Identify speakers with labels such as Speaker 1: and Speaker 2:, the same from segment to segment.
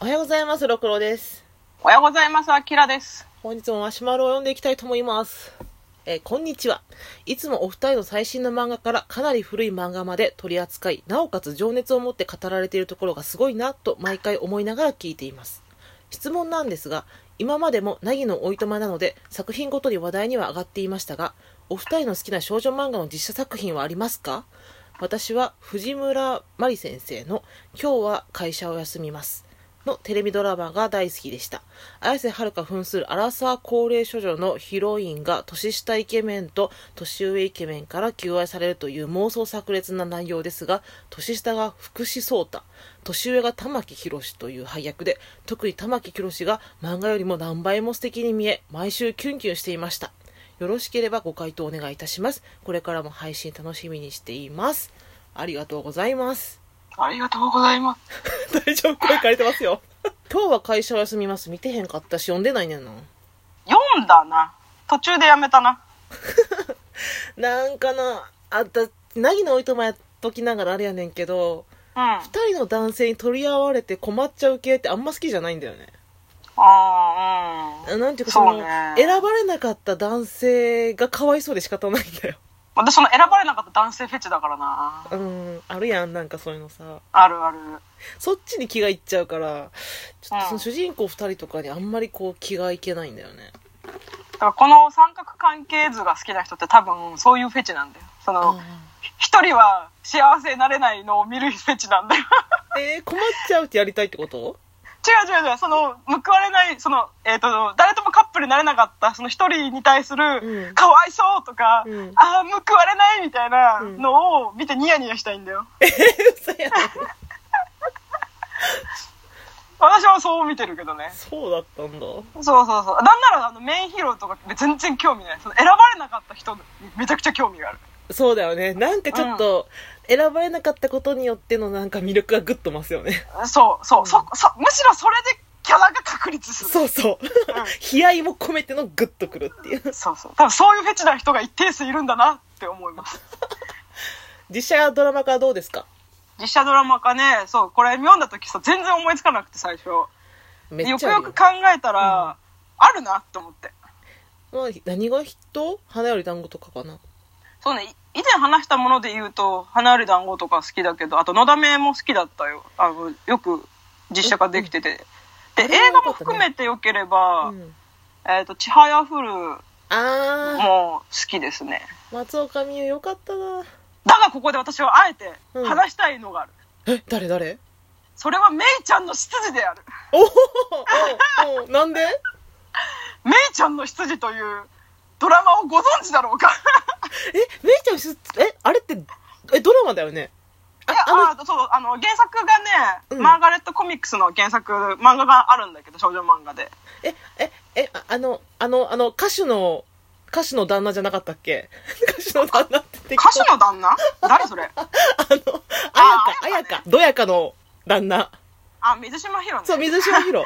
Speaker 1: おはようございます、ろくろです。
Speaker 2: おはようございます。あきらです。
Speaker 1: 本日もマシュマロを読んでいきたいと思います。えーこんにちは。いつもお二人の最新の漫画からかなり古い漫画まで取り扱い、なおかつ情熱を持って語られているところがすごいなと毎回思いながら聞いています。質問なんですが、今までもナギのおいとまなので作品ごとに話題には上がっていましたが、お二人の好きな少女漫画の実写作品はありますか私は藤村麻里先生の「今日は会社を休みます」のテレビドラマが大好きでした綾瀬はるか扮するアラサー高齢処女のヒロインが年下イケメンと年上イケメンから求愛されるという妄想炸裂な内容ですが年下が福士蒼太年上が玉木宏という配役で特に玉木宏が漫画よりも何倍も素敵に見え毎週キュンキュンしていましたよろしければご回答お願いいたします。これからも配信楽しみにしています。ありがとうございます。
Speaker 2: ありがとうございます。
Speaker 1: 大丈夫声借りてますよ。今日は会社を休みます。見てへんかったし、読んでないねんな。
Speaker 2: 読んだな。途中でやめたな。
Speaker 1: なんかな、あた、なぎのおいとまやっときながらあれやねんけど、
Speaker 2: うん。あ
Speaker 1: 二人の男性に取り合われて困っちゃう系ってあんま好きじゃないんだよね。
Speaker 2: あー、うん。
Speaker 1: なんていうかその、
Speaker 2: そうね
Speaker 1: 選ばれなかった男性がかわいそうで仕方ないんだよ。
Speaker 2: 私その選ばれなかった男性フェチだからな。
Speaker 1: うん、あるやん、なんかそういうのさ。
Speaker 2: あるある。
Speaker 1: そっちに気がいっちゃうから、ちょっとそ
Speaker 2: うん
Speaker 1: の主人公二人とかにあんまりこう気がいけないんだよね。
Speaker 2: だからこの三角関係図が好きな人って多分そういうフェチなんだよ。その、一人は幸せになれないのを見るフェチなんだよ。
Speaker 1: えー、困っちゃうってやりたいってこと
Speaker 2: 違う違う違う。その、報われない、その、えっ、と、誰ともカップルになれなかった、その一人に対する、
Speaker 1: うん
Speaker 2: かわいそうとか、
Speaker 1: うん
Speaker 2: ああ、報われないみたいな
Speaker 1: うん
Speaker 2: のを見てニヤニヤしたいんだよ。
Speaker 1: 嘘やん
Speaker 2: 私はそう見てるけどね。
Speaker 1: そうだったんだ。
Speaker 2: そうそうそう。なんならあのメインヒーローとか全然興味ない。その選ばれなかった人にめちゃくちゃ興味がある。
Speaker 1: そうだよね。なんかちょっと、選ばれなかったことによってのなんか魅力がグッと増すよね。
Speaker 2: そうそう、
Speaker 1: うん
Speaker 2: そそむしろそれでキャラが確立する。
Speaker 1: そうそう。悲哀も込めてのグッとくるっていう。
Speaker 2: そうそう。多分そういうフェチな人が一定数いるんだなって思います。
Speaker 1: 実写やドラマ化どうですか
Speaker 2: 実写ドラマかね、そう、これ読んだ時さ、全然思いつかなくて最初。
Speaker 1: めっ
Speaker 2: よ
Speaker 1: ち
Speaker 2: く
Speaker 1: ゃあ
Speaker 2: よ
Speaker 1: る
Speaker 2: く
Speaker 1: よ。
Speaker 2: 考えたら、あるなって思って。
Speaker 1: まあ何が人花より団子とかかな。
Speaker 2: そうね、い以前話したもので言うと、花より団子とか好きだけど、あと、のだめも好きだったよ。あの、よく実写化できてて。で、
Speaker 1: あれは良
Speaker 2: 映画
Speaker 1: か
Speaker 2: も
Speaker 1: ったね
Speaker 2: 含めて良ければ、
Speaker 1: うん。
Speaker 2: えっ、と、ちはやふるも
Speaker 1: あ
Speaker 2: 好きですね。
Speaker 1: ー、松岡美優よかったな。
Speaker 2: だが、ここで私はあえて
Speaker 1: うん
Speaker 2: 話したいのがある。
Speaker 1: え、誰誰
Speaker 2: それはメイちゃんの執事である。
Speaker 1: おおおお なんで
Speaker 2: メイちゃんの執事というドラマをご存知だろうか。
Speaker 1: え、めいちゃんす、え、あれって、え、ドラマだよね
Speaker 2: いや あそうあの原作がね、
Speaker 1: うん
Speaker 2: マーガレットコミックスの原作漫画があるんだけど少女漫画で
Speaker 1: え、え、え、ああの、あの、あの、歌手の、歌手の旦那じゃなかったっけ歌手の旦那って適当
Speaker 2: 歌手の旦那誰それ
Speaker 1: あの、
Speaker 2: あ
Speaker 1: あやか、あやか、どやかの旦那。
Speaker 2: あ水島ヒロね
Speaker 1: そう、水島ひろ。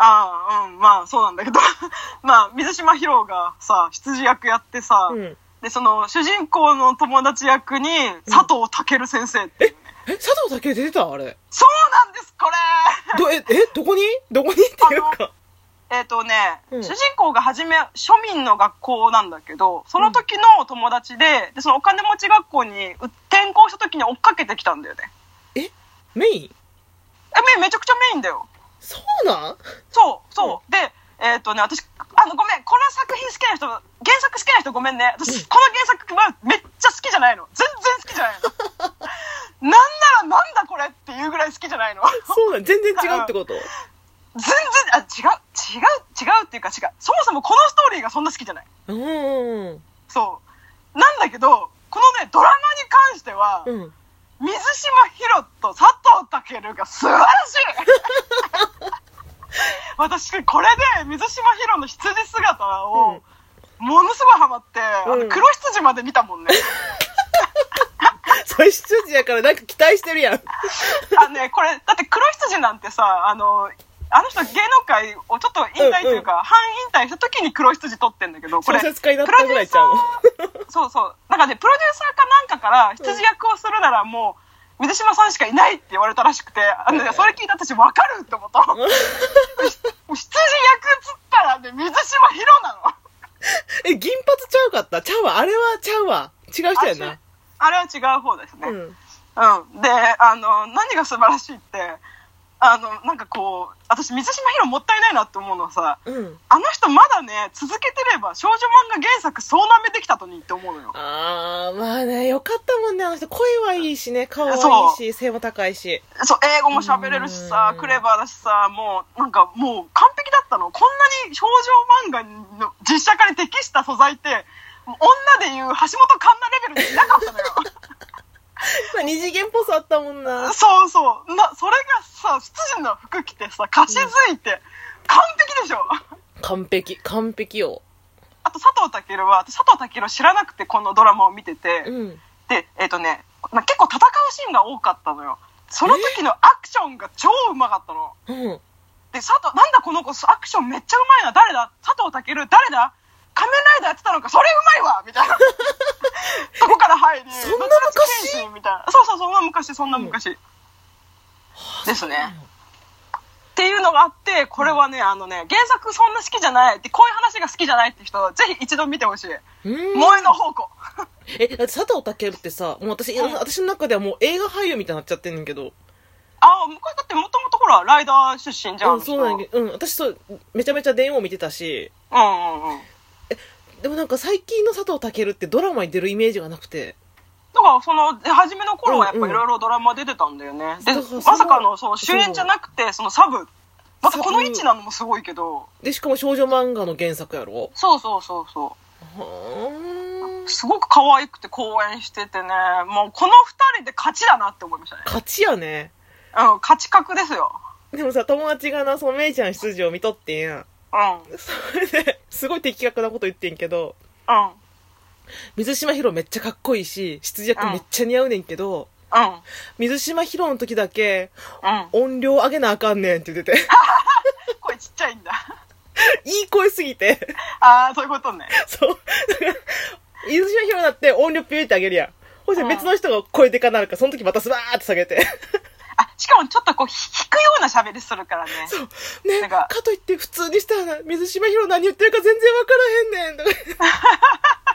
Speaker 2: あうんまあそうなんだけど まあ水島ヒロがさ執事役やってさ、
Speaker 1: うん。
Speaker 2: でその主人公の友達役に佐藤健先生っていうね、
Speaker 1: え、佐藤健出てたあれ。
Speaker 2: そうなんですこれ
Speaker 1: ど、え、え、どこにどこにっていうか。
Speaker 2: えっ、とね、
Speaker 1: うん
Speaker 2: 主人公が初め庶民の学校なんだけどその時の友達ででそのお金持ち学校にう転校した時に追っかけてきたんだよね
Speaker 1: メイン
Speaker 2: えめめちゃくちゃメインだよ
Speaker 1: そうなん
Speaker 2: そうそう、でえっ、とね私あのごめんこの作品好きな人原作好きな人ごめんね私この原作はめっちゃ好きじゃないの全然好きじゃない のなんならなんだこれっていうぐらい好きじゃないの
Speaker 1: そうなん全然違うってこと
Speaker 2: 全然あ違う違う違うっていうか違うそもそもこのストーリーがそんな好きじゃない
Speaker 1: うんうんうん。
Speaker 2: そうなんだけどこのねドラマに関しては、
Speaker 1: うん。
Speaker 2: 水島ひろと佐藤健が素晴らしい 私これで水島ひろの羊姿を、ものすごいハマって、あ
Speaker 1: う
Speaker 2: の
Speaker 1: ん
Speaker 2: 黒羊まで見たもんね
Speaker 1: それ出自やからなんか期待してるやん。
Speaker 2: あのねこれだって黒羊なんてさあのあの人芸能界をちょっと引退というか、半引退した時に黒羊撮ってんだけどこ
Speaker 1: 小
Speaker 2: れ
Speaker 1: 説家になったぐらいちゃうの。
Speaker 2: そうそう。なんかね、プロデューサーかなんかから羊役をするならもう、水島さんしかいないって言われたらしくて、あのね、それ聞いた私わかるって思った。 もう羊役つったらね、水島ヒロなの。
Speaker 1: え、銀髪ちゃうかったちゃうわ。あれはちゃうわ。違う人やな。
Speaker 2: あれは違う方ですね。
Speaker 1: う
Speaker 2: うん。
Speaker 1: ん。
Speaker 2: で、あの、何が素晴らしいって、あの、なんかこう、私、水島ヒロもったいないなって思うのはさ、
Speaker 1: うん。
Speaker 2: あの人まだね、続けてれば少女漫画原作総なめできたとにって思うのよ。
Speaker 1: あー、まあね、よかったもんね。あの人、声はいいしね、顔は
Speaker 2: そ
Speaker 1: いいし、背も高いし。
Speaker 2: そう、英語も喋れるしさ
Speaker 1: う、ん
Speaker 2: クレバーだしさ、もう、なんかもう完璧だったの。こんなに少女漫画の実写化に適した素材って、もう女でいう橋本環奈レベルになかったのよ。
Speaker 1: まあ、二次元っぽさあったもんな。
Speaker 2: そうそう。な、それがさ、羊の服着てさ、かしづいて、完璧でしょ。
Speaker 1: 完璧、完璧よ。
Speaker 2: あと佐藤健は、私佐藤健知らなくてこのドラマを見てて、
Speaker 1: うん。
Speaker 2: で、えっ、とね、まあ結構戦うシーンが多かったのよ。その時のアクションが超うまかったの。
Speaker 1: うん。
Speaker 2: で、佐藤、なんだこの子、アクションめっちゃうまいな、誰だ佐藤健、誰だ仮面ライダーやってたのか、それうまいわみ たいな。そこから入り、
Speaker 1: そんな昔
Speaker 2: 後々剣心みたいな。そうそう、そんな昔、そんな昔。ですね。っていうのがあって、これはね、あのね、原作そんな好きじゃないって、こういう話が好きじゃないって人は、ぜひ一度見てほしい。
Speaker 1: うん。
Speaker 2: 萌えの宝庫。
Speaker 1: え、だって佐藤健ってさ、もう私、
Speaker 2: うん
Speaker 1: 私の中ではもう映画俳優みたいになっちゃってんねんけど。
Speaker 2: ああ、向こうだってもともとほら、ライダー出身じゃん。
Speaker 1: うん、そうなんや
Speaker 2: や。
Speaker 1: けど、うん、私そう、めちゃめちゃ電話を見てたし、
Speaker 2: うんうんうん。
Speaker 1: でもなんか最近の佐藤健ってドラマに出るイメージがなくて。
Speaker 2: だからそので初めの頃はやっ
Speaker 1: うんう
Speaker 2: ぱ
Speaker 1: ん
Speaker 2: いろいろドラマ出てたんだよね、
Speaker 1: そう
Speaker 2: で
Speaker 1: そう
Speaker 2: まさかのそう
Speaker 1: そ
Speaker 2: 主
Speaker 1: う
Speaker 2: 演じゃなくてそのサブまたこの位置なのもすごいけど
Speaker 1: で、しかも少女漫画の原作やろ
Speaker 2: そうそうそうそ
Speaker 1: はーん
Speaker 2: うすごく可愛くて公演しててねもうこの二人で勝ちだなって思いましたね
Speaker 1: 勝ちやね。
Speaker 2: うん勝ち格ですよ
Speaker 1: でもさ、友達がな、そのめいちゃん羊を見とってんや
Speaker 2: うんうん
Speaker 1: ん。それで、すごい的確なこと言ってんけど、水島ヒロめっちゃかっこいいし、羊役めっちゃ似合うねんけど、
Speaker 2: うん
Speaker 1: 水島ヒロの時だけ、
Speaker 2: うん
Speaker 1: 音量上げなあかんねんって言ってて、
Speaker 2: 声ちっちゃいんだ
Speaker 1: いい声すぎて、
Speaker 2: ああそういうことね
Speaker 1: そう。だから水島ヒロだって音量ピューって上げるやん。ほいで別の人が声でかなるから、その時またスバーって下げて。
Speaker 2: あしかもちょっとこうひ引くような喋りするからね
Speaker 1: そう。ね、
Speaker 2: なん
Speaker 1: か
Speaker 2: か
Speaker 1: といって普通にしたら、水島ヒロ何言ってるか全然わからへんねんとか。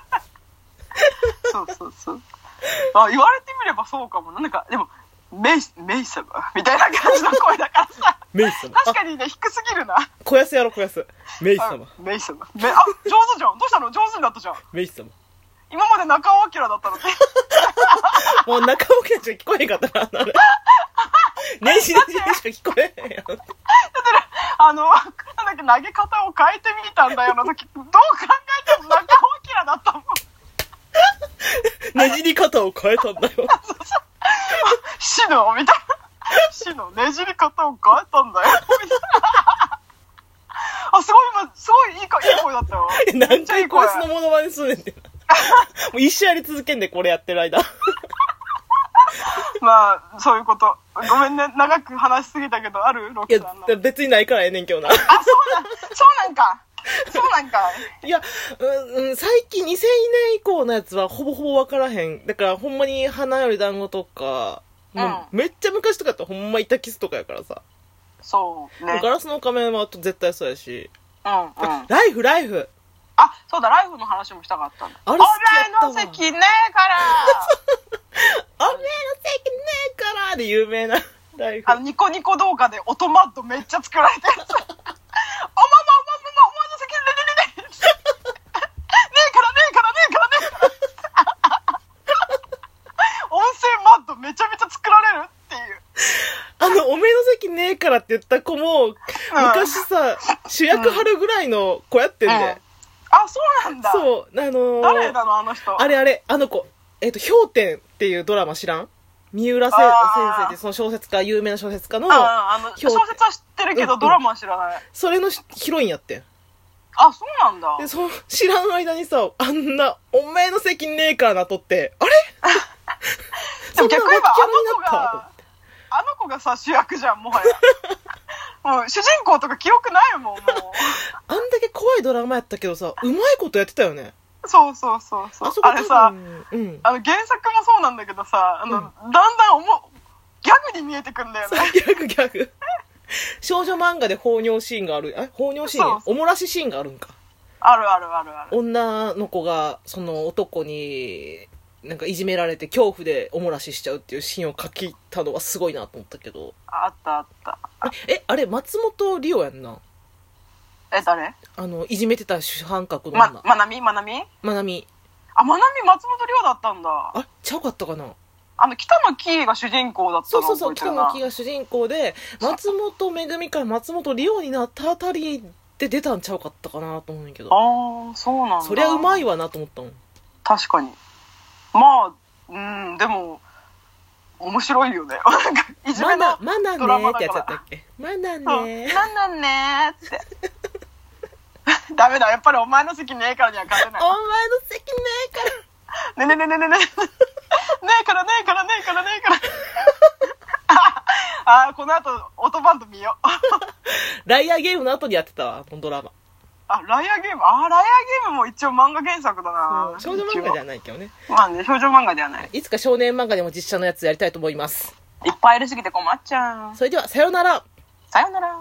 Speaker 2: そうそうそう。あ、言われてみればそうかもな。なんか、でも、メイ、メイ様みたいな感じの声だからさ。
Speaker 1: メイ様
Speaker 2: 確かにね、低すぎるな。
Speaker 1: 小安やろ、小安。メイ
Speaker 2: あ
Speaker 1: 様。
Speaker 2: メイ様。めあ、上手じゃん。どうしたの上手になったじゃん。
Speaker 1: メイ様。
Speaker 2: 今まで中尾明だったのね。
Speaker 1: もう中尾家の人聞こえへんかったな、あれ。年始年始しか聞こえへんやん。
Speaker 2: あの、なんだっけ、投げ方を変えてみたんだよの時、どう考えても中尾明だったもん。
Speaker 1: ねじり方を変えたんだよ。
Speaker 2: 死の、みたいな。死のねじり方を変えたんだよ。みたいな。あ、すごい、今、すごいいいか、いい声だ ったよ。
Speaker 1: 何
Speaker 2: めっちゃい
Speaker 1: 回
Speaker 2: い声
Speaker 1: 小安のモノマネすんねんって。もう一生やり続けんで、これやってる間。
Speaker 2: まあ、そういうこと。ごめんね、長く話しすぎたけど、あるロッ
Speaker 1: い
Speaker 2: キ
Speaker 1: や
Speaker 2: ーさんの。、
Speaker 1: 別にないからええねんけどな。
Speaker 2: あ、そうなん、そうなんか。そうなんか。
Speaker 1: いや、うん、うん最近2000年以降のやつはほぼほぼわからへん。だからほんまに花より団子とか、もうめっちゃ昔とかやってほんまイタキスとかやからさ。
Speaker 2: そうね。
Speaker 1: ガラスの仮面は絶対そうやし。
Speaker 2: うんうん。
Speaker 1: ライフ、ライフ。
Speaker 2: あ、そうだ、ライフの話もしたかったんだ。
Speaker 1: あれ好
Speaker 2: 俺
Speaker 1: きやったわ
Speaker 2: の席ねえから。
Speaker 1: おめえの席ねえからで有名なライフ
Speaker 2: あ。の、ニコニコ動画でオトマッドめっちゃ作られてるやつ。おままおままおままお前の席ねねねね。ねえからねえからねえからねえから。音声マッドめちゃめちゃ作られるっていう。
Speaker 1: あの、おめえの席ねえからって言った子も、昔さ、主役春ぐらいの子やってん
Speaker 2: うん
Speaker 1: で。
Speaker 2: あ、そうなんだ。
Speaker 1: そう、あのー
Speaker 2: 誰なのあの人。
Speaker 1: あれあれ、あの子、えっ、と、氷点っていうドラマ知らん三浦せ
Speaker 2: あー
Speaker 1: 先生ってその小説家、有名な小説家の、
Speaker 2: ああの、
Speaker 1: ひょう
Speaker 2: 小説は知ってるけ
Speaker 1: う
Speaker 2: ど、
Speaker 1: ん
Speaker 2: ドラマは知らない。
Speaker 1: それのヒヒロインやってん。
Speaker 2: あ、そうなんだ。
Speaker 1: で、その、知らん間にさ、あんな、お前の責任ねえからなとって、あれ
Speaker 2: でも逆に言えば、
Speaker 1: そんな
Speaker 2: あの
Speaker 1: と
Speaker 2: 子
Speaker 1: 思
Speaker 2: が、あの子がさ、主役じゃん、もはや。もう主人公とか記憶ないもん、もう。
Speaker 1: あんだけ怖いドラマやったけどさ、うまいことやってたよね。
Speaker 2: そうそうそうそう。
Speaker 1: あ
Speaker 2: あ
Speaker 1: そこ多
Speaker 2: れさ、
Speaker 1: 分、うん。
Speaker 2: あの原作もそうなんだけどさ、あの、
Speaker 1: う
Speaker 2: だんだんおも、ャグに見えてくんだよね。
Speaker 1: ギャグギャグ。少女漫画で放尿シーンがある。え放尿シーン
Speaker 2: そ
Speaker 1: おもらしシーンがあるんか。
Speaker 2: あるあるあるある。
Speaker 1: 女の子が、その男に、なんかいじめられて恐怖でおもらししちゃうっていうシーンを書きたのはすごいなと思ったけど。
Speaker 2: あったあった。
Speaker 1: え、あれ、松本リオやんな。
Speaker 2: え、誰
Speaker 1: あの、いじめてた主犯格の
Speaker 2: ま
Speaker 1: 女、。
Speaker 2: まなみまなみ
Speaker 1: まなみ。
Speaker 2: あ、まなみ松本涼だったんだ。
Speaker 1: あ、ちゃうかったかな
Speaker 2: あの、北野キーが主人公だった
Speaker 1: そ
Speaker 2: の
Speaker 1: うそうそう、
Speaker 2: 覚
Speaker 1: 北
Speaker 2: えてるな
Speaker 1: 野木が主人公で、松本めぐみから松本リオになったあたりで出たんちゃうかったかなと思うんやけど。
Speaker 2: ああ、そうなんだ。
Speaker 1: そりゃうま
Speaker 2: い。
Speaker 1: いわなと思ったもん。
Speaker 2: 確かに。まあ、うん、でも、面白いよね。 なんか、いじ
Speaker 1: ま
Speaker 2: めの
Speaker 1: だ、。まだ
Speaker 2: ドラ
Speaker 1: ねー
Speaker 2: マ
Speaker 1: って
Speaker 2: だ
Speaker 1: やつ
Speaker 2: か
Speaker 1: だっ
Speaker 2: ら
Speaker 1: たっけまだ
Speaker 2: そう
Speaker 1: ねー。
Speaker 2: なんなんねーって。 ダメだ、やっぱりお前の席ねえからには勝てな
Speaker 1: お
Speaker 2: い
Speaker 1: 前。の席ねーから。
Speaker 2: ねねねねね ね。ねえからねえからねえからねえから。 あ あ、この後、音バンド見よう。
Speaker 1: ライアーゲームの後にやってたわ、このドラマ。
Speaker 2: あ、ライアーゲーム。ああ、ライアーゲームも一応漫画原作だな。
Speaker 1: 少女漫画じゃ
Speaker 2: な
Speaker 1: ないけどね。
Speaker 2: い。まあね、少女漫画ではない。
Speaker 1: いつか少年漫画でも実写のやつやりたいと思います。
Speaker 2: いっぱい入れすぎて困っちゃう。
Speaker 1: それでは、さようなら
Speaker 2: さよなら。